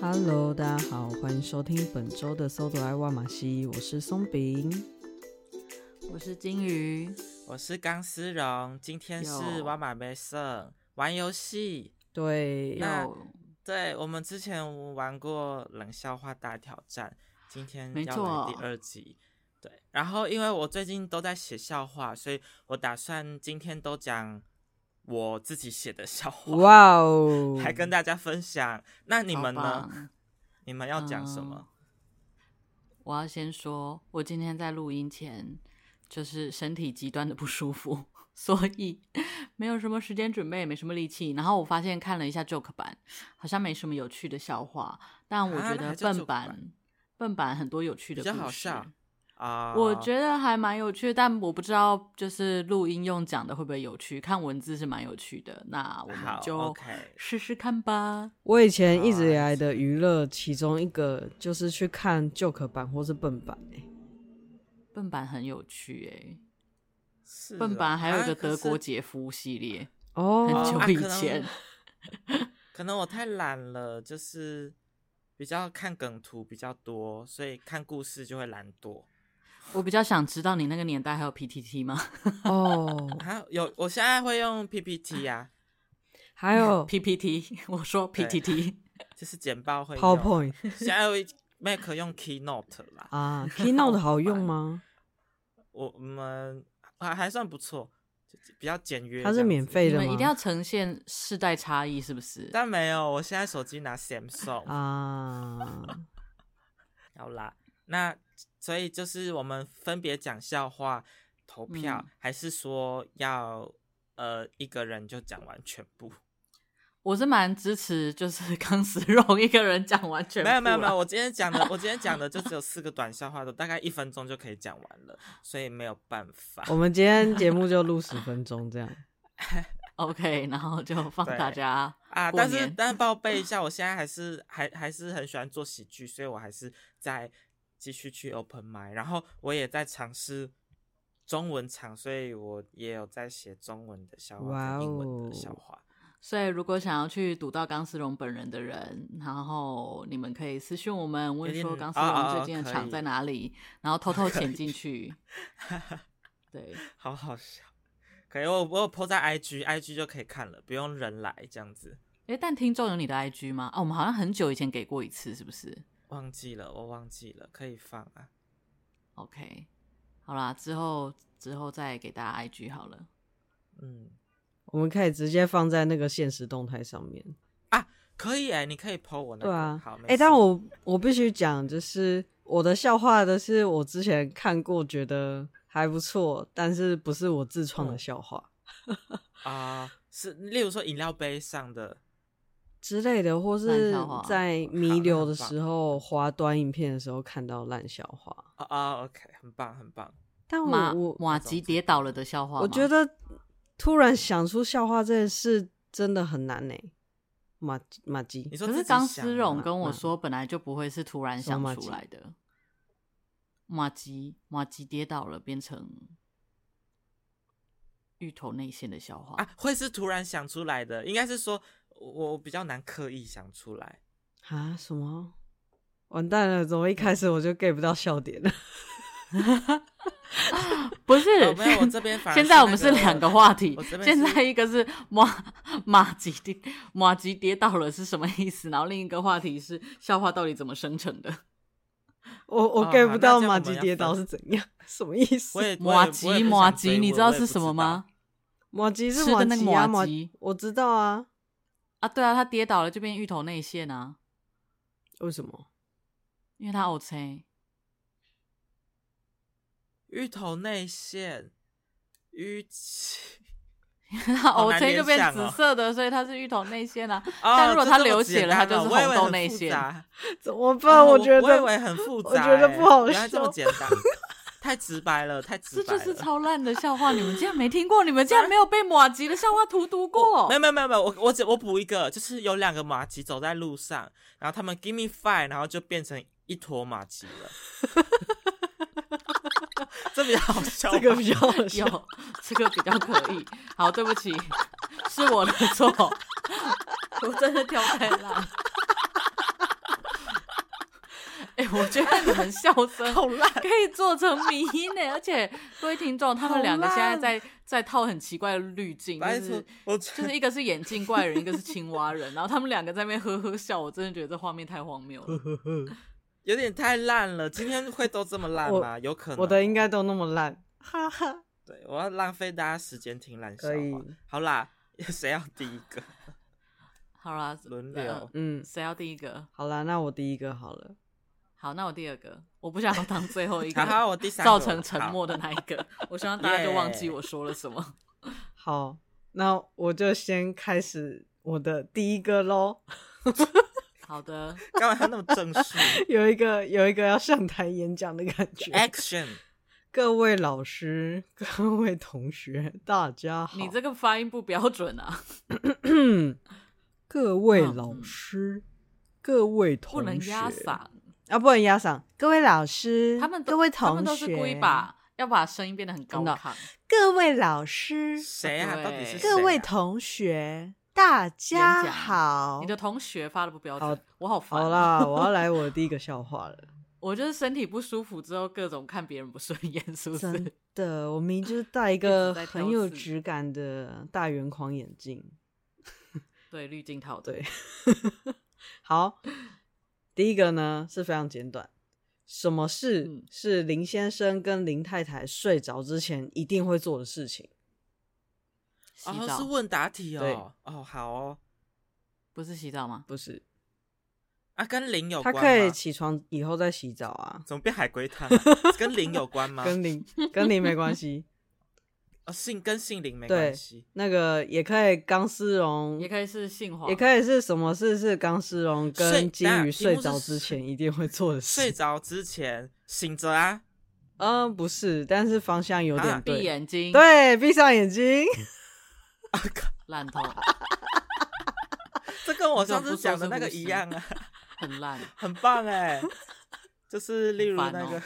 Hello，大家好，欢迎收听本周的《搜罗爱万马西》，我是松饼。我是金鱼，我是钢丝绒，今天是有玩马杯胜玩游戏。对，那有对我们之前玩过冷笑话大挑战，今天没要错来第二集。对，然后因为我最近都在写笑话，所以我打算今天都讲我自己写的笑话，哇哦，来跟大家分享。那你好们呢？棒嗯你们要讲什么？我要先说，我今天在录音前就是身体极端的不舒服， 所以没有什么时间准备，也没什么力气。然后我发现看了一下 joke 版，好像没什么有趣的笑话，但我啊觉那得还叫笨 joke 版、版笨版很多有趣的比故较事，好笑啊、我觉得还蛮有趣的，但我不知道就是录音用讲的会不会有趣，看文字是蛮有趣的。那我们好就，OK，试试看吧。我以前一直以来的娱乐，其中一个就是去看旧壳版或是笨版、欸、笨版很有趣诶、是笨哦版还有一啊个可德是国姐夫系列，哦，很久啊以可能前可能我太懒了，就是比较看梗图比较多，所以看故事就会懒惰。我比较想知道你那个年代还有 PTT 吗？哦，啊，有，我现在会用 PPT 呀、还 有 PPT，我说对 PTT，就是简报会用 PowerPoint 现在会 Mac 用 Keynote 啦。啊，Keynote 好用 吗？我我们还还算不错，就比较简约。它是免，费你的吗？们一定要呈现世代差异，是不是？但没有，我现在手机拿 Samsung。啊，好啦，那所以就是我们分别讲笑话投票，嗯还是说要呃一个人就讲完全部？我是蛮支持，就是 康丝绒一个人讲完全部啊没有没有啦没有，我今天讲 的我今天讲的就只有四个短笑话，都大概一分钟就可以讲完了，所以没有办法。哦我们今天节目就录十分钟这样。 OK，然后就放对大家啊，过但是年但报 备一下，我现在还是还还是很喜欢做喜剧，所以我还是在继续去 open m i 然后我也在尝试中文场，所以我也有在写中文的笑话哇跟哦英文的笑话。所以，如果想要去读到钢丝绒本人的人，然后你们可以私信我们问有点说钢丝啊啊绒啊最近的场在哪里，然后偷偷潜进去。对，好好笑。可以，我我有 po 在 IG，IG 就可以看了，不用人来这样子。诶，但听众有你的 IG 吗？啊，我们好像很久以前给过一次，是不是忘记了，我忘记了，可以放啊。 ？OK，好啦，之后之后再给大家 IG 好了。嗯，我们可以直接放在那个现实动态上面。可以哎、你可以 po 我那个。对啊，好，没欸哎、但事我我必须讲，就是我的笑话的是我之前看过，觉得还不错，但是不是我自创的嗯笑话、啊、是例如说饮料杯上的之类的，或烂是笑话在好弥那留很的棒时候滑短影片的时候看到烂笑话。啊啊、o k 很棒很棒。但马我我马吉跌倒了的笑话吗，我觉得突然想出笑话这件事真的很难呢、马马吉你，说可自是己钢想丝的绒吗跟我嘛说，本来就不会是突然什么马想出吉来的。马吉马吉跌倒了，变成芋头内馅的笑话。啊，会是突然想出来的，应该是说我我比较难刻意想出来。啊什么？完蛋了！怎么一开嗯始我就 get 不到笑点了？ 不是，哦没有， 我这边反而现在我们是是那个两个话题我这，边 现是在一个是马马吉跌马吉跌倒了是什么意思，然后另一个话题是笑话到底怎么生成的。我我哦 get 不好那到这样马我吉们要跌倒分是怎样， 什么意思我？也我也马我也吉不马想吉，追你我知道我也是不什么道吗？？马吉是吃的马那个吉啊，马马吉我知道啊，啊，对啊，他跌倒了就变芋头内馅啊，为什么？因为他 OK。 芋头内馅，淤青，好藕难吹就联变想紫哦色的，所以它是芋头内馅啊。哦但如果这它这么流简血了单它就是哦我以红为豆很内复馅杂 怎么啊办？我觉我以得为很复杂、我觉得不好欸原来这么笑简单，太直白了，太直这白了。 就是超烂的笑话，你们竟然没听过，你们竟然没有被马吉的笑话荼毒过没。有没有没有没有，我我只我补一个，就是有两个马吉走在路上，然后他们 give me five，然后就变成一坨马吉了。 这比较好笑吧，这个比较好 笑。有这个比较可以。好，对不起，是我的 错，我真的跳太烂。哎、我觉得你们笑声好烂。可以做成迷音呢，而且各位听众，他们两个现在在在套很奇怪的滤镜，就白是痴，我就是一个是眼镜怪人，一个是青蛙人，然后他们两个在那边呵呵笑，我真的觉得这画面太荒谬了。 有点太烂了。今天会都这么烂我吗？有可能。我的应该都那么烂，哈哈。对，我要浪费大家时间听烂笑可以话。好啦， 谁要第一个？好啦，轮呃流嗯，谁要第一个？好啦，那我第一个好了。好，那我第二个，我不想要当最后 一个，好好，我第三个造成沉。默的那一个。我希望大家就忘记 Yeah 我说了什么。好，那我就先开始我的第一个喽。好的，好干嘛要那么正式 有一个有一个要上台演讲的感觉。 ？Action！各位老师，各位同学，大家好。你这个发音不标准啊， 各位嗯老嗯师，各位同不学，能压嗓。啊，不能压嗓。各位老师，他们都各位他同们学，都是故意把要把声音变得很高真的亢。各位老师，谁啊？对到底是谁啊各位同学，大家演讲好。你的同学发的不标好准，我好烦。啊好，啦， 我要来我的第一个笑话了。我就是身体不舒服之后，各种看别人不顺眼，是不真是？的，我明明就是 戴一一直个在很挑有刺质感的大圆框眼镜。对，滤镜套的。 对，好，第一个呢是非常简短，什么事、嗯是林先生跟林太太睡着之前一定会做的事情？洗哦，澡是问答题对哦。哦，好哦。不是洗澡吗？不是，啊，跟零有他关吗？可以起床以后再洗澡啊，怎么变海龟 汤啊？跟零有关吗？跟林跟林没关系。哦，姓跟姓林没对关系。那个也可以钢丝绒，也可以是杏黄，也可以是什么事是钢丝绒睡跟金等下鱼题目睡是着之前一定会做的睡事。着之前醒着啊， 嗯，不是，但是方向有啊点闭对。眼睛，，对，闭上眼睛。嗯烂头，这跟我你怎上么次不说讲的是那个护一士样啊，很烂。很棒哎、就是例如很那烦哦个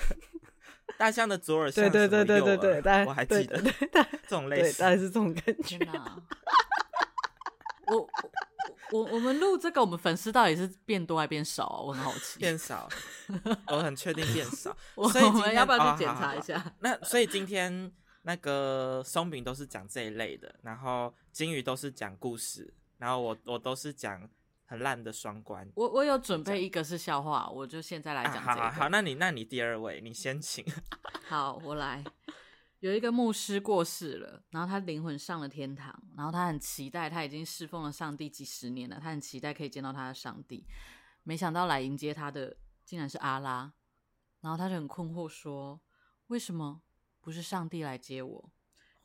大象的左 耳像对对对什么对右对对，耳大概我还对记得对 对大概这种类对，似大。概是这种感觉天。哪！啊我我我我们录这个，我们粉丝到底是变多还变少啊？我很好奇。变 少，我很确定变少。我所以我今天们要不要哦去检好好查好一下？那所以今天那个松饼都是讲这一类的，然后金鱼都是讲故事，然后我我都是讲很烂的双关。我我有准备一个是笑话，我就现在来讲啊、这好个。好好，那你那你第二位，你先请。 好我来。有一个牧师过世了，然后他灵魂上了天堂，然后他很期待，他已经侍奉了上帝几十年了，他很期待可以见到他的上帝。没想到来迎接他的竟然是阿拉，然后他就很困惑说：“为什么不是上帝来接我？”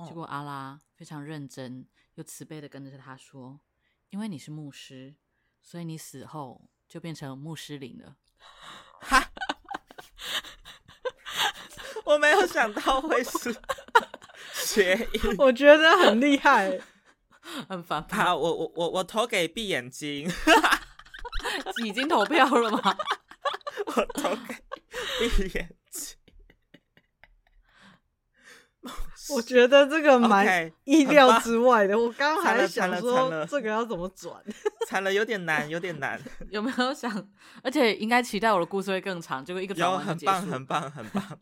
结果阿拉非常认真又慈悲的跟着他说：“因为你是牧师，所以你死后就变成牧师灵了。 我没有想到会是 谐音。我觉得很厉 害，”很烦吧？ 好，我我我我投给闭眼睛，已经投票了吗？我投给闭眼睛。我觉得这个 蛮 OK，意很料棒之外的。我刚惨还了惨想了惨说了这个要怎么 转，惨了，有点难，有 点难。有没有想？而且应该期待我的故事会更长，结果一个有转弯很就结棒，束很棒，很棒。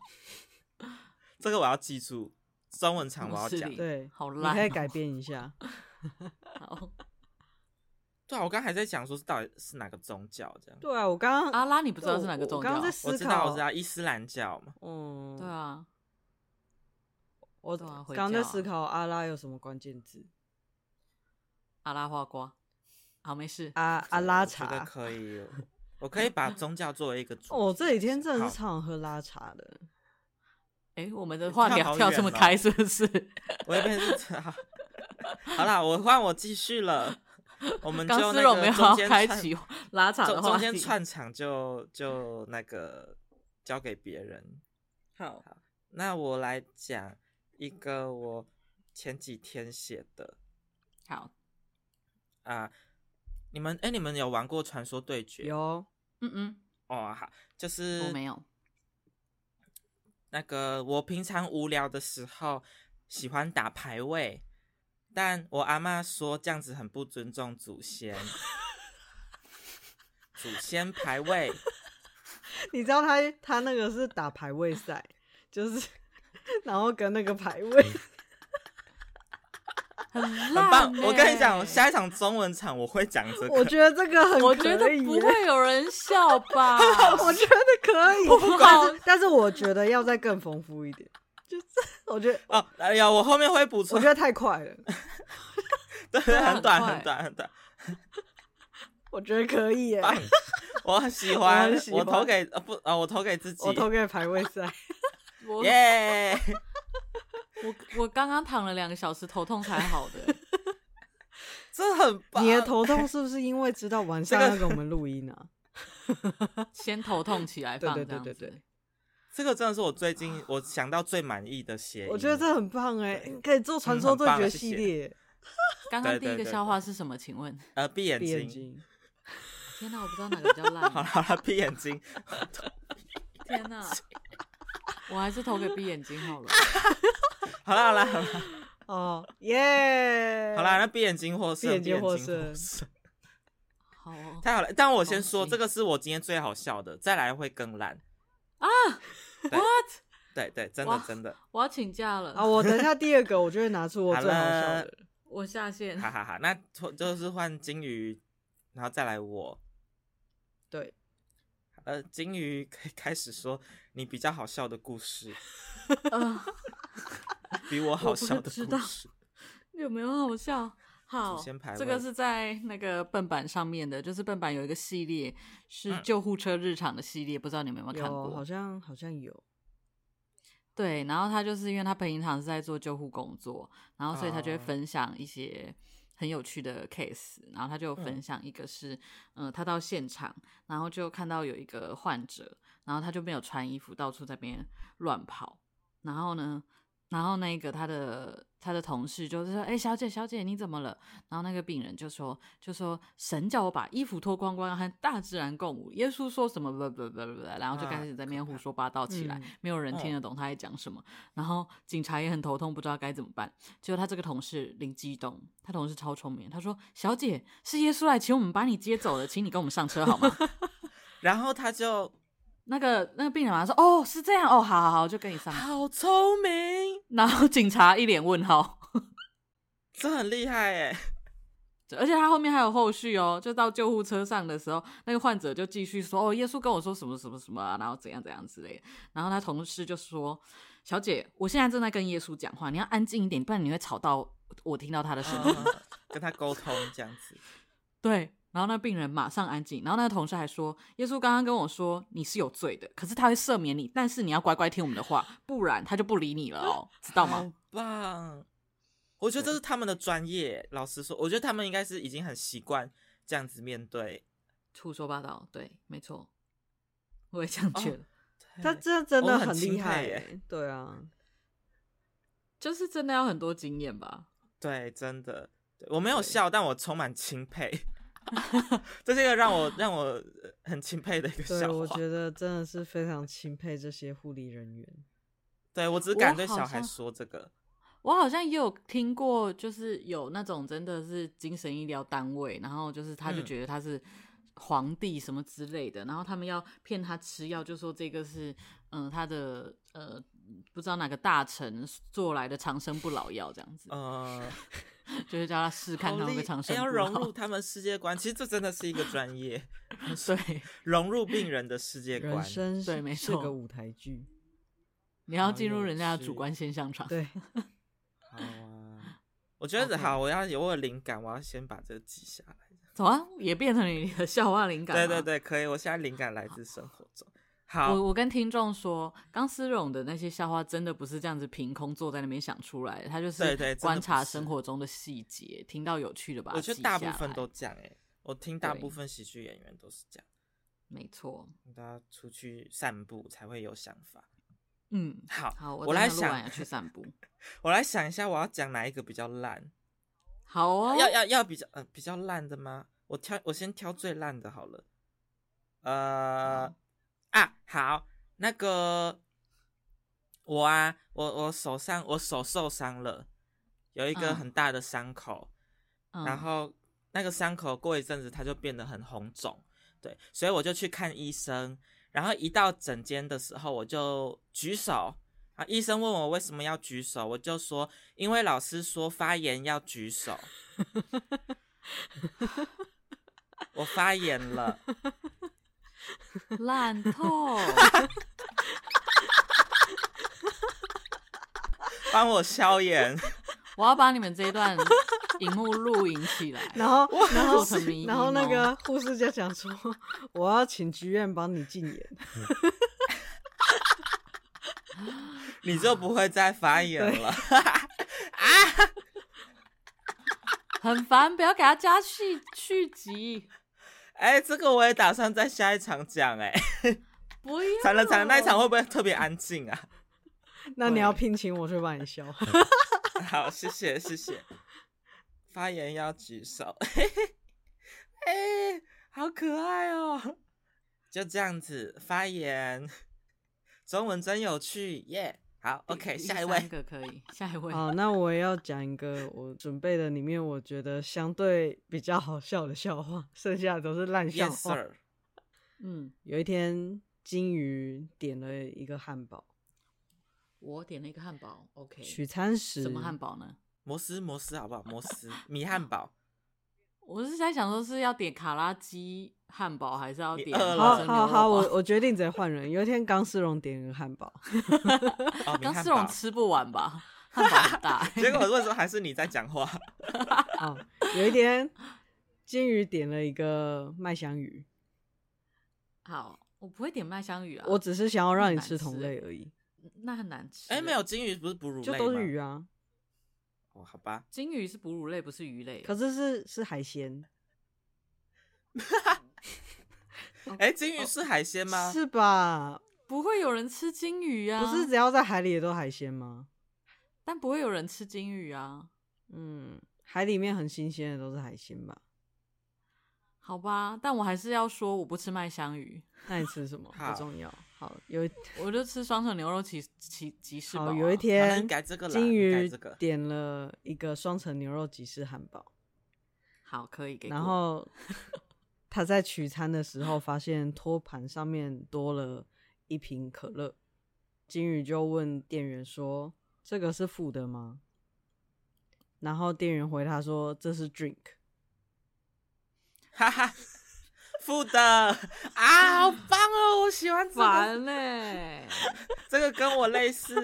这个我要记住，中文场我要是讲你。对，好你烂可以哦改变一下。 好对啊，我刚才在讲说是到底是哪个宗教这样。对啊，我刚阿刚拉，你不知道是哪个宗我教？啊刚刚在思我考，知道，我知道，伊斯兰教嘛。嗯，对，啊，我对啊刚回刚在教啊思考阿拉有什么关键字？阿拉花瓜。好，没事。阿阿对拉我觉得茶。可以，我可以把宗教作为一个主题。哦，这几天真的好是常喝拉茶的。哎、我们的话跳题好跳这远哦么了开，是不是？我也变成好 好啦，我换我继续了。 我们就钢丝那绒没个有中要间开串启拉场的中中话间题。串场就就那个交给别人。好，那我来讲一个我前几天写的好，啊，你们哎、你们有玩过传说对决？有嗯嗯，哦，好，就是 我没有。那个我平常无聊的时候喜欢打排位，但我阿嬷说这样子很不尊重祖先。祖先排 位， 你知道他他那个是打排位赛，就是 然后跟那个排位，很很烂棒！我跟你欸讲，我下一场中文场我会讲 这个。我觉得这个很我觉得可以不耶会有人笑 吧？我觉得可以，但不好是但是我觉得要再更丰富一点，就是 我觉得哦，哎呀，我后面会补充我觉，得太快了，对，真的很很短，快很短，很短，我觉得可以耶，棒！ 我很喜嗯 我欢很，喜我投欢给呃不呃，我投给自己我，投给排位赛，我耶！ 我我刚刚躺了两个小时，头痛才好的欸。这很棒。你的头痛是不是因为知道晚上这个要给我们录音啊？先头痛起来对放对这样对对子，这个真的是我最近我想到最满意的谐音。我觉得这很棒哎，可以做传嗯说很对棒决谢系谢列，刚刚对第一对个对笑对话是什么？请问？呃闭眼闭眼睛，睛，天哪，我不知道哪个比较 好了烂。好了，闭眼睛。 天哪，我还是投给闭眼睛好了。好啦好啦好 啦哦耶，好啦，，那闭眼睛获胜，闭眼睛获闭眼睛胜胜，好哦太好了。但我先说，恭喜这个是我今天最好笑的，再来会更烂。啊对哦，what？对对，真的哇真的，我要请假啊，了，我等一下第二个，我就会拿出我好最好笑了 的。我下线。哈哈哈。那就就是换金鱼，然后再来我。对，呃，金鱼可以开始说你比较好笑的故事，呃，比我好笑的我不故事。有没有好笑？好祖先牌，位这个是在那个笨板上面的，就是笨板有一个系列是嗯救护车日常的系列，不知道你们有没有看有过好？像好像有，对，然后他就是因为他平常是在做救护工作，然后所以他就会哦分享一些很有趣的 case，然后他就有分嗯享一个是，嗯、他到现场，然后就看到有一个患者，然后他就没有穿衣服，到处在那边乱跑，然后呢，然后那个他的他的同事就是说，哎、小姐小姐你怎么了？然后那个病人就说就说神叫我把衣服脱光光，和大自然共舞，耶稣说什么不不不不，不然后就啊开始在那边可胡怕说八道起来，嗯没有人听得懂他在讲什么。然后警察也很头痛，不知道该怎么办。结果他这个同事灵机一动，他同事超聪明，他说：“小姐，是耶稣来请我们把你接走的，请你跟我们上车好吗 然后他就？”那个那个病人马上说：“哦，是这样哦，好好好，就跟你上。好聪明，” 然后警察一脸问号，这很厉害哎。而且他后面还有后续哦，就到救护车上的时候，那个患者就继续说：“哦，耶稣跟我说什么什么什么、啊，然后怎样怎样之类的。”然后他同事就说：“小姐，我现在正在跟耶稣讲话，你要安静一点，不然你会吵到我听到他的声音。嗯 跟他沟通这样子， 对，然后那病人马上安静，然后那个同事还说：“耶稣刚刚跟我说你是有罪的，可是他会赦免你，但是你要乖乖听我们的话，不然他就不理你了哦，知道吗好棒！我觉得这是他们的专业。老实说，我觉得他们应该是已经很习惯这样子面对。？” 胡说八道，对，没错，我也这样觉得。他这真哎我的很钦厉害佩耶欸对 啊，就是真的要很多经验吧，对，真的，对我没有对笑，但我充满钦佩。这是一个让我让我呃很钦佩的一个对，笑我话。觉得真的是非常钦佩这些护理人员。对我只我敢对好小孩像说这个。我好像也有听过，就是有那种真的是精神医疗单位，然后就是他就嗯觉得他是皇帝什么之类的，然后他们要骗他吃药，就说这个是嗯、呃他的呃不知道哪个大臣做来的长生不老药这样子，呃，就是叫他试看好他会不会厉长哎生要不融老入。他们世界观，其实这真的是一个专业，对，融入病人的世界人观。生对是没是错个舞台 剧，你要好进入有人家的趣主观现象场。对，好啊， 我觉得 OK 好，我要有我有灵感，我要先把这个记下来。走啊，也变成你的笑话灵感、啊。对对对，可以。我现在灵感来自生活中。好我，我跟听众说，刚丝绒的那些笑话真的不是这样子凭空坐在那边想出来的，他就对对是真的观察不是生活中的细节，听到有趣的吧，我觉得记大下部分来都这样哎、我听大对部分喜剧演员都是这样，没错。大家出去散步才会有想法。嗯，好，好，我等来一下录完想要，去散步。我来想一下，我要讲哪一个比较烂？好哦，要要要比较呃比较烂的吗？我挑我先挑最烂的好了。呃啊好，那个我啊，我我手上我手受伤了，有一个嗯很大的伤口，嗯然后那个伤口过一阵子它就变得很红肿，对，所以我就去看医生，然后一到诊间的时候我就举手。啊！医生问我为什么要举手，我就说因为老师说发言要举手，我发言了。烂透，帮我消炎。我要把你们这一段荧幕录影起来。然 后，然后做成迷，哦然后那蒙个护士就讲说：“ 我要请剧院帮你禁言。你就不会再发言了。 很烦，不要给他加续续集，哎、这个我也打算在下一场讲、哎，不要。惨了惨了，那一场会不会特别安静啊？”那你要聘请我去帮你消。好，谢谢谢谢。发言要举手。哎、好可爱哦！就这样子发言，中文真有趣耶。好，OK，第下一三位。个可以，下一位。好，那我也要讲一个我准备的里面我觉得相对比较好笑的笑话，剩下的都是烂笑 Yes 话。 sir，嗯，有一天，金鱼点了一个汉堡，我点了一个汉堡，OK。取餐时什么汉？堡呢？摩斯摩斯好不好？摩斯米汉 堡，我是在想说是要点卡拉鸡汉堡，还是要你点饿好花生牛好肉好，堡我我决定直接换人。有一天，钢丝绒点了个汉堡，哦，米刚汉丝绒堡。吃不完吧？汉堡很大， 结果为什么还是你在讲 话？哦，有一天，金鱼点了一个麦香鱼，欸好，我不会点麦香鱼啊，我只是想要让你很难吃同吃类而已，那很难吃。欸哎、没有，金鱼不是哺乳类就吗？都是鱼啊，哦，好吧，金鱼是哺乳类，不是鱼类。可是是是海鲜，哎、金鱼是海鲜吗？哦是吧？不会有人吃金鱼啊，不是只要在海里也都海鲜吗？但不会有人吃金鱼啊，嗯，海里面很新鲜的都是海鲜吧？好吧？但我还是要说，我不吃麦香鱼，那你吃什么好不重要。好，有一我就吃双层牛肉起起吉士堡、好啊。有一好那天你哦改这个啦金你改鱼这个点了一个双层牛肉吉士汉堡，好可以给过。然 后他在取餐的时候发现托盘上面多了一瓶可乐，金鱼就问店员说：“这个是负的吗？”然后店员回他说：“这是 drink。哈哈，负的啊，好棒哦，我喜欢这个，烦欸嘞、这个跟我类似，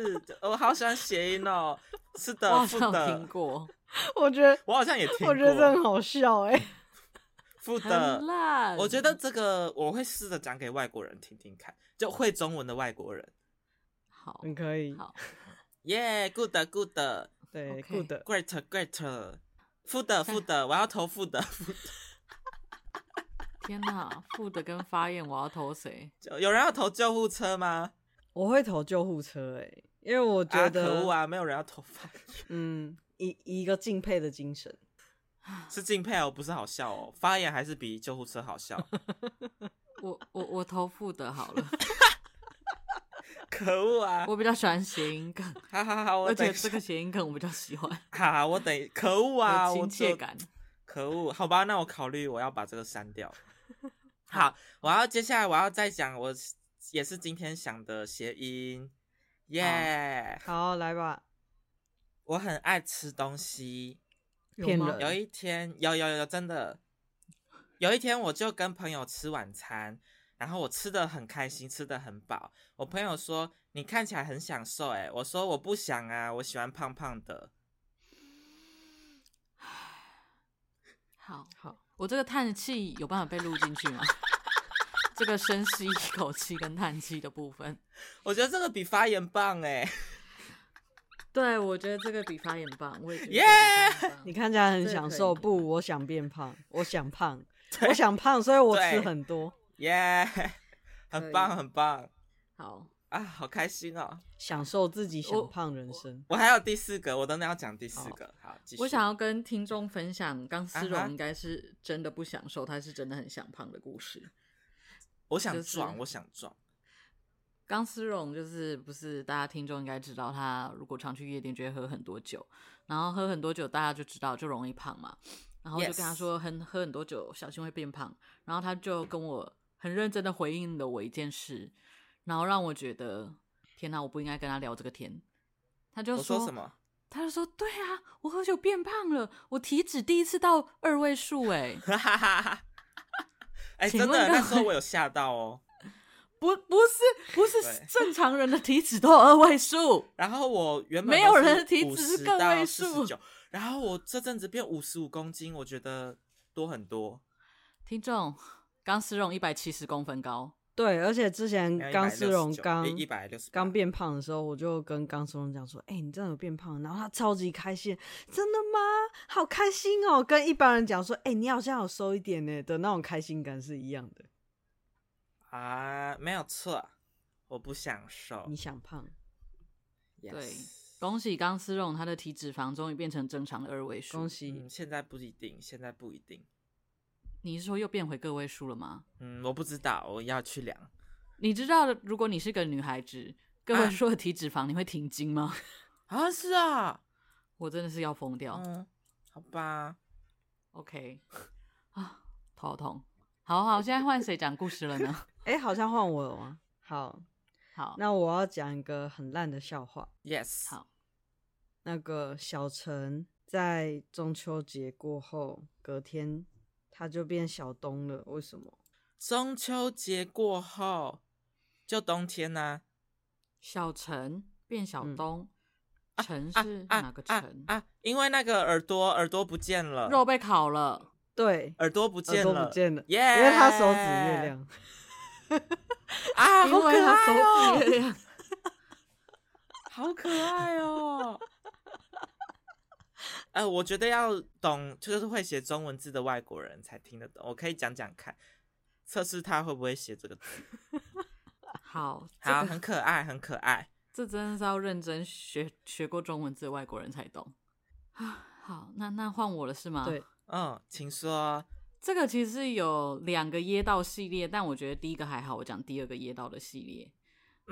我好喜欢谐音哦。是我好的，负像有听的，过，”我觉得，我好像也听我觉得这过，很好笑 哎、负很的。烂。我觉得这个我会试着讲给外国人听听看，就会中文的外国人。好很可以，好，耶、g o o d good，great 对 OK ，good。 great，负的负的，我要投负的， 负的天哪，负的跟发言我要投谁？就有人要投救护车吗？我会投救护车哎、因为我觉啊，得，可恶啊，没有人要投发言。嗯，以以一个敬佩的精神，是敬佩哦，不是好笑哦。发言还是比救护车好笑。我我我投负的好了，可恶啊！我比较喜欢谐音 梗，好好好，我而等且一下这个，谐音梗我比较喜欢，好好，我等一。可恶啊！有我亲切就感。可恶，好吧，那我考虑我要把这个删 掉。好，我要接下来我要再讲，我也是今天想的谐音，耶、好，来吧，我很爱吃东西，有骗吗人有一天，有有有，真的，有一天我就跟朋友吃晚餐，然后我吃的很开心，吃的很饱。我朋友说：“你看起来很享受。”哎，我说：“我不想啊，我喜欢胖胖的。好，好，我这个叹气有办法被录进去吗？这个深吸一口气跟叹气的部分。我觉得这个比发言棒 哎、 对，我觉得这个比发言棒，我也觉得耶这个比发言棒你看起来很这享可以受，可以不，我想变胖，我想 胖，我想胖，所以我吃对很多。耶、很可以棒很棒好，啊，好开心哦！享受自己我想胖人生。我还有第四个，我等等要讲第四个。好，继续。我想要跟听众分享，刚思啊哈荣应该是真的不享受，他是真的很想胖的故事。我想就是撞，我想撞。钢丝绒就是不是大家听众应该知道，他如果常去夜店，就会喝很多酒，然后喝很多酒，大家就知道就容易胖嘛。然后就 Yes 跟他说很喝很多酒，小心会变胖。然后他就跟我很认真的回应了我一件事，然后让我觉得天哪，我不应该跟他聊这个天。他就我说什么？ 他就说：“对啊，我喝酒变胖了，我体脂第一次到二位数、欸， 哈哈哈哈！哎，请真的，问各那时候位我有吓到哦。不，不是，不是对正常人的体脂都有二位数。然后我原本没有人提只是个位数九，然后我这阵子变五十五公斤，我觉得多很多。听众， 钢丝绒一百七十公分高，对，而且之前嗯刚思荣刚哎一百六十刚变胖的时候，我就跟刚思荣讲说：“哎、你真的有变胖。”然后他超级开心，真的吗？好开心哦！跟一般人讲说：“哎、你好像有瘦一点呢”的那种开心感是一样的。啊，没有错，我不享受。你想胖， Yes 对恭喜钢丝绒，他的体脂肪终于变成正常的二位数。恭！喜！嗯，现在不一定，现在不一定。你是说又变回个位数了吗？嗯，我不知道，我要去量。你知道，如果你是个女孩子，个位数的体脂肪，你会停 经吗？啊，是啊，我真的是要疯掉。嗯，好吧， OK，啊，头好痛。好 好，现在换谁讲故事了呢？哎、好像换我了吗？好，好，那我要讲一个很烂的笑话。 ，yes，好那个小陈在中秋节过后，隔天他就变小东了，为什么？中秋节过后就冬天啊呐、小陈变小嗯东，陈啊是啊哪个啊陈？啊！因为那个耳朵耳朵不见了，肉被烤了，对，耳朵不耳见朵了，不见了耶！因为他手指月亮。哎啊，因好可为他手爱哦，指月 亮。好可爱哦。 呃，我觉得要懂，就是会写中文字的外国人才听得懂。我可以讲讲看，测试他会不会写这个字。好，这好，个很可爱，很可爱。这真的是要认真学学过中文字的外国人才懂啊。好，那那换我了是吗？对，嗯，请说。这个其实有两个噎到系列，但我觉得第一个还好，我讲第二个噎到的系列。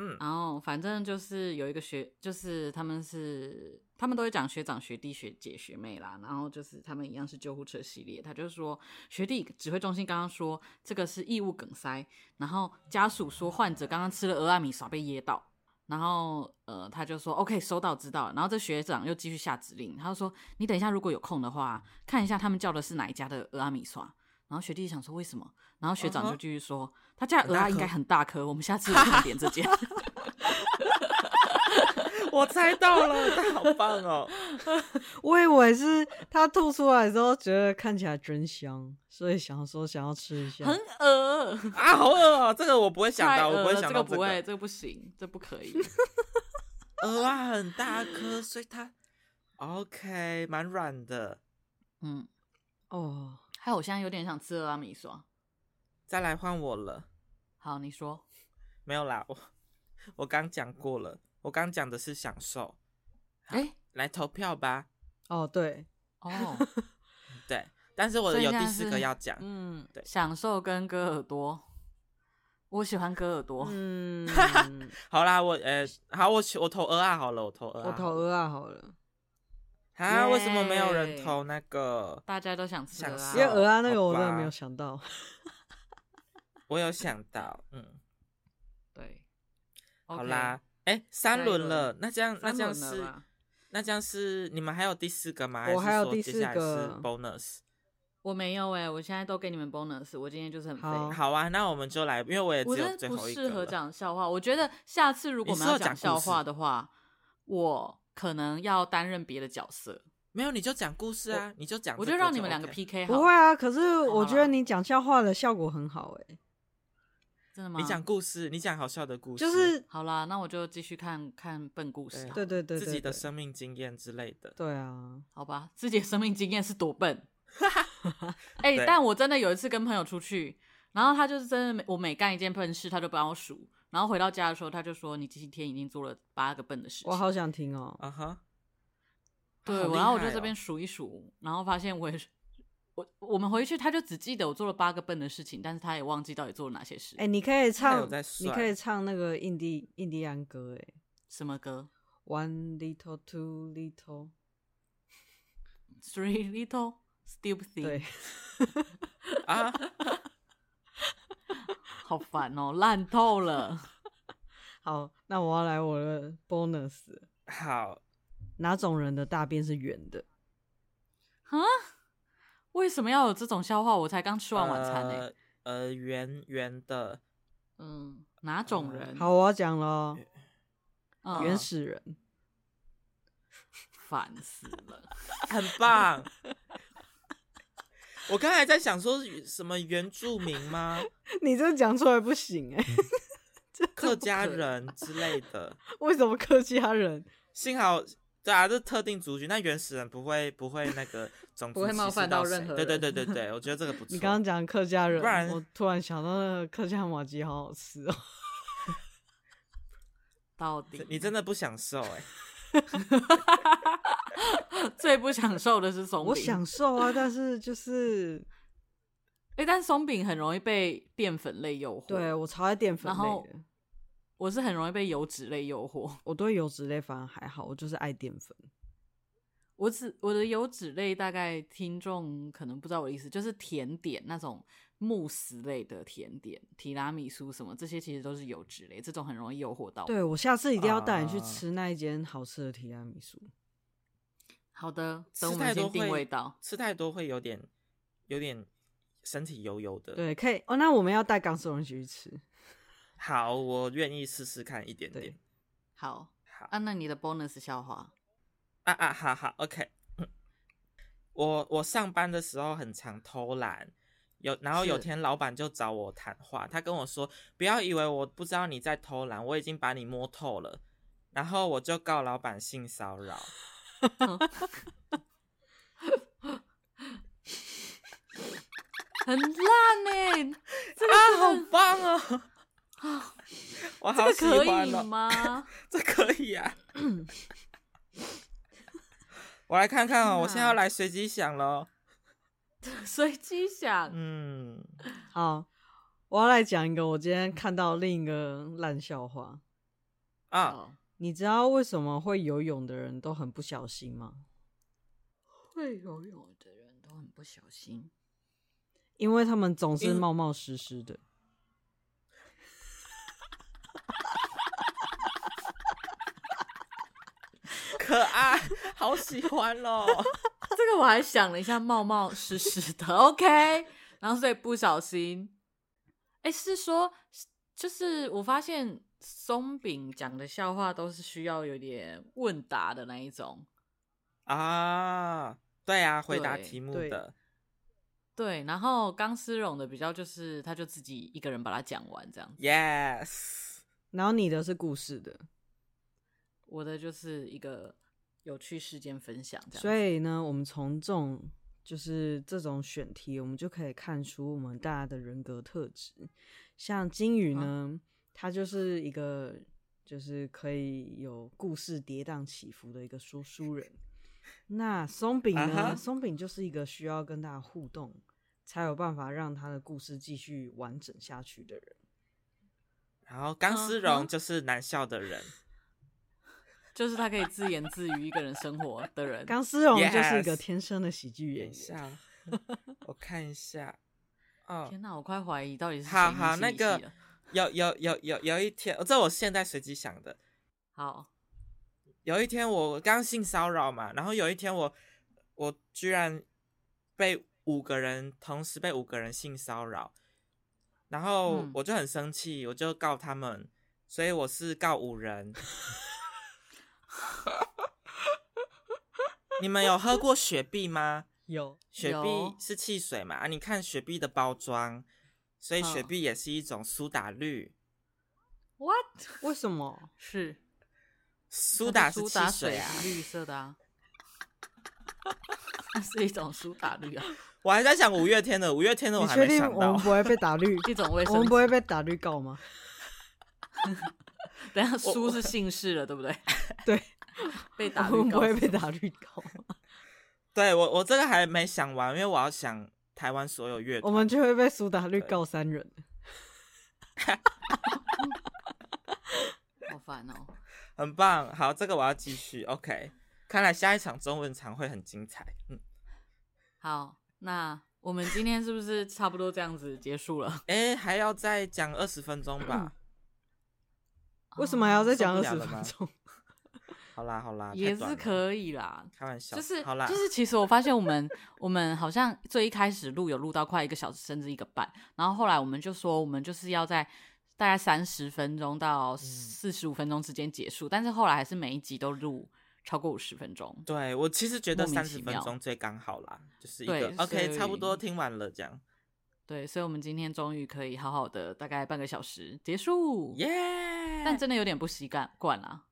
嗯，然后反正就是有一个学，就是他们是他们都会讲学长、学弟、学姐、学妹啦。然后就是他们一样是救护车系列，他就说学弟指挥中心刚刚说这个是异物梗塞，然后家属说患者刚刚吃了俄阿米耍被噎到。然后，呃，他就说 OK，收到，知道了。然后这学长又继续下指令，他就说：“你等一下，如果有空的话，看一下他们叫的是哪一家的俄阿米耍。”然后学弟想说为什么？然后学长嗯就哼继续说：“他家很的鹅大 啊应颗该很大颗，我们下次一定点这间。”我猜到了，他好棒哦。我以为是他吐出来之后觉得看起来真香，所以想说想要吃一下。很恶， 啊，好饿哦！这个我不会想太到，恶我不会了想个到不个。会，这个不行，这不 可以。鹅啊，很大颗，所以它 OK，蛮软的。嗯，哦，还有我现在有点想吃鹅阿米刷。再来换我了，好，你说没有啦，我我刚讲过了，我刚讲的是享受。好诶来投票吧。哦，对，哦，对，但是我所以有现第在四是个要讲，嗯 对享受跟割耳朵，我喜欢割耳朵。 嗯，好啦，我呃，好，我我投鹅啊，好了，我投鹅啊，我投鹅啊好了，啊，为什么没有人耶投那个？大家都想吃鹅享因为受啊，鹅啊那个我好真吧的没有想到。我有想到，嗯，对，好 OK，啦，哎，下三一轮轮了，那这样那三这样轮了是吧？那这样是你们还有第四个吗？我还还是有说第接四下来是个 bonus。我没有哎，我现在都给你们 bonus，我今天就是很好废。好啊，那我们就来，因为我也我只真有的最不后一适个合了。讲笑话。我觉得下次如果我们你要适合讲讲笑故事话的话，我可能要担任别的角色，没有，你就讲故事啊，你就讲这我个就就 OK。让你们两个 PK 哎好不了。会啊，可是好我啦觉得你讲笑话的效果很好哎、真的吗？你讲故事，你讲好笑的故事，就是好啦，那我就继续看看笨故事对好对了，对对对自己的对生命经验之类的。对啊，好吧，自己的生命经验是多笨。哎、对但我真的有一次跟朋友出去，然后他就是真的每，我每干一件笨事，他就帮我数，然后回到家的时候，他就说你今天已经做了八个笨的事情。我好想听哦、啊哈，对，好厉然后我就害这哦边数一数，然后发现我也是，我我们回去他就只记得我做了八个笨的事情，但是他也忘记到底做了哪些事。哎、你可以他有唱在，你算可以唱那个印第印第安歌、哎什么歌，One little, two little， ？Three little stupid thing。对， 啊，好烦哦，烂透了。好，那我要来我的 bonus，了好，哪种人的大便是圆的？啊？为什么要有这种笑话？我才刚吃完晚餐呢、呃呃，圆圆的，嗯，哪种人？好，我要讲了，哦嗯，原始人，烦死了。很 棒。我刚才在想说什么原住民吗？你这讲出来不行哎、嗯客家人之类的。为什么客家人？幸好对啊，这特定族群，那原始人不会不会那 个种族不会歧冒视犯到到任谁何对对人对对 对，我觉得这个不错。你刚刚讲客家人不然，我突然想到那个客家麻鸡好好吃哦、到底你真的不享受哎、 最不享受的是松饼。我享受啊，但是就是哎、但松饼很容易被淀粉类诱惑。对我超爱淀粉然后类的，我是很容易被油脂类诱惑。我对油脂类反而还好，我就是爱淀粉。我只我的油脂类大概听众可能不知道我的意思，就是甜点那种慕斯类的甜点，提拉米苏什么这些其实都是油脂类，这种很容易诱惑到我。对我下次一定要带你去啊吃那一间好吃的提拉米苏。好的，等吃我太们多先会定位到。吃太多会有点有点身体油油的。，对，可以哦。那我们要带港式人一起去吃。好，我愿意试试看一点对点。好好啊，那你的 bonus 笑话，啊啊，好好，OK。我我上班的时候很常偷懒，有然后有是天老板就找我谈话，他跟我说：“不要以为我不知道你在偷懒，我已经把你摸透了。”然后我就告老板性骚扰。 很烂欸呢、啊，好棒哦！我好啊这喜个可欢以哦，吗？ 这可以啊。我来看看哦，天我现在要哪来随机想喽。随机想，嗯，好，我要来讲一个我今天看到另一个烂笑话。啊，哦，你知道为什么会游泳的人都很不小心吗？会游泳的人都很不小心。因为他们总是因冒冒失失的。可爱，好喜欢哦。这个我还想了一下，冒冒失失的，OK，然 后所以不小心，哎，是说，就是我发现松饼讲的笑话都是需要有点问答的那一种， 啊，对啊，回答对题目对的，对，然后钢丝绒的比较就是他就自己一个人把它讲完这样子， yes，然后你的是故事的，我的就是一个有趣事件分享这样子，所以呢，我们从这种就是这种选题，我们就可以看出我们大家的人格特质。像金鱼哦呢，他就是一个就是可以有故事跌宕起伏的一个说书人。那松饼啊呢？哈松饼就是一个需要跟大家互动，才有办法让他的故事继续完整下去的人。然后钢丝嗯绒哼就是难笑的人，就是他可以自言自语一个人生活的人，钢丝绒就是一个 Yes 啊天生的喜剧演等一员。下，我看一下，哦，天哪，我快怀疑到底是好谁好迷信那你个系了有有有有有一天，这我现在随机想的，好，有一天我刚性骚扰嘛，然后有一天我我居然被五个人同时被五个人性骚扰，然后嗯我就很生气，我就告他们，所以我是告五人。你们有喝过雪碧吗？有 雪碧有是汽水嘛？啊，你看雪碧的包装，所以雪嗯碧也是一种苏打绿， What？为什么？是苏它打的是苏汽打水水啊。是绿色的啊， 它是一种苏打绿啊，我还在想五月天的，五月天的我你还确没定想我们到不。会被打 绿？一种卫我生们纸不。会被打绿告吗？等一下苏是姓氏了，对不对？ 对，被打我绿们不告会诉被我打绿 告。对我我这个还没想完，因为我要想台湾所有乐我团。们就会被苏打绿告三人。好烦哦。很棒，好，这个我要继续。OK，看来下一场中文场会很精彩。嗯，好，那我们今天是不是差不多这样子结束了？哎，还要再讲二十分钟吧？嗯为什么还要再讲哦受二不了十了吗分 钟？好啦，好啦，也太短是了，可以啦，开玩笑，就是好啦，就是，其实我发现我们我们好像最一开始录有录到快一个小时，甚至一个半，然后后来我们就说我们就是要在大概三十分钟到嗯四十五分钟之间结束，但是后来还是每一集都录超过五十分钟。对我其实觉得莫名三其十分妙钟最刚好啦，就是一对个 OK，所差不多以听完了这样，对，所以我们今天终于可以好好的大概半个小时结束，耶、哦但真的有点不习惯惯啦，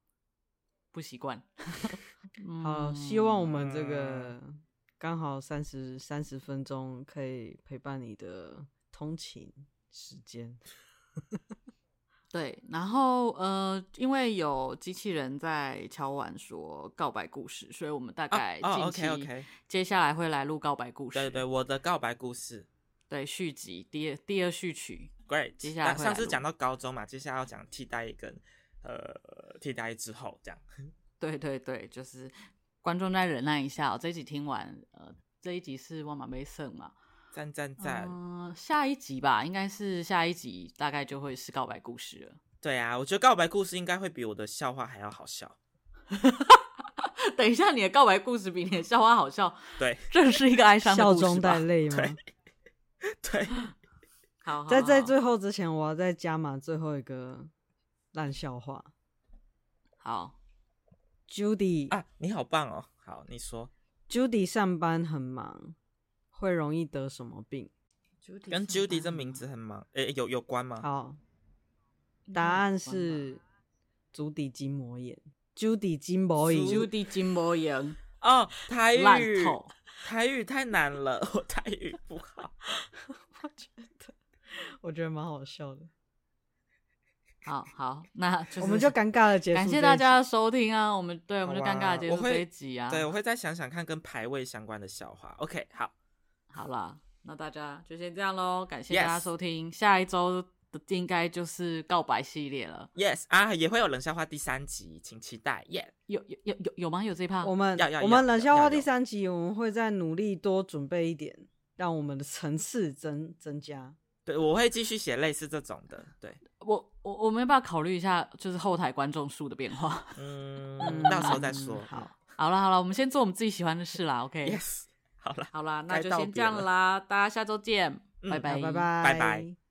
不习惯。 嗯好，希望我们这个嗯刚好三十三十分钟可以陪伴你的通勤时间。对，然后呃，因为有机器人在敲碗说告白故事，所以我们大概哦近期、 ，OK OK，接下来会来录告白故事，对对，我的告白故事对续集第二第二序曲， ，Great。接下来那会上来次录讲到高中嘛，接下来要讲替代跟呃替代之后这样。对对对，就是观众再忍耐一下、哦，这一集听完，呃，这一集是万马杯胜嘛，赞赞赞！嗯、下一集吧，应该是下一集大概就会是告白故事了。 对啊，我觉得告白故事应该会比我的笑话还要好笑。等一下，你的告白故事比你的笑话好笑，对 这是一个哀伤的笑故事中吧带。泪吗？对，好好好，在哦在最后之前，我要再加码最后一个烂笑话。好。 Judy，、啊，你好棒哦！好，你说 Judy 上班很忙，会容易得什么病？ Judy 跟上 Judy 班这了名吗字很忙，诶、有有关吗？好，嗯应该答有案关是吧足底筋膜炎。Judy 筋膜炎。 Judy 金模炎哦，台烂语，透，台语太难了， 我台语不好。我觉得，我觉得蛮好笑的。好好，那就是我们就尴尬的结束。感谢大家的，收听啊！我们对，我们就好啊尴尬地结我束这会一集 啊。对，我会再想想看跟排位相关的笑话。OK，好，好啦，那大家就先这样喽，感谢大家 Yes 收听，下一周的应该就是告白系列了。 Yes 啊，也会有冷笑话第三集，请期待。耶、有有有有有吗？有这一趴？我们啊要要我们要冷笑要话要第三集，我们会再努力多准备一点，让我们的层次增增加。对，我会继续写类似这种的。对，我我我们要不要考虑一下，就是后台观众数的变化？ 嗯，到时候再说。嗯好，嗯好了好了，我们先做我们自己喜欢的事啦。OK， ，Yes，好了。好啦，那该就道先别这样了啦，大家下周见，嗯拜好好拜拜拜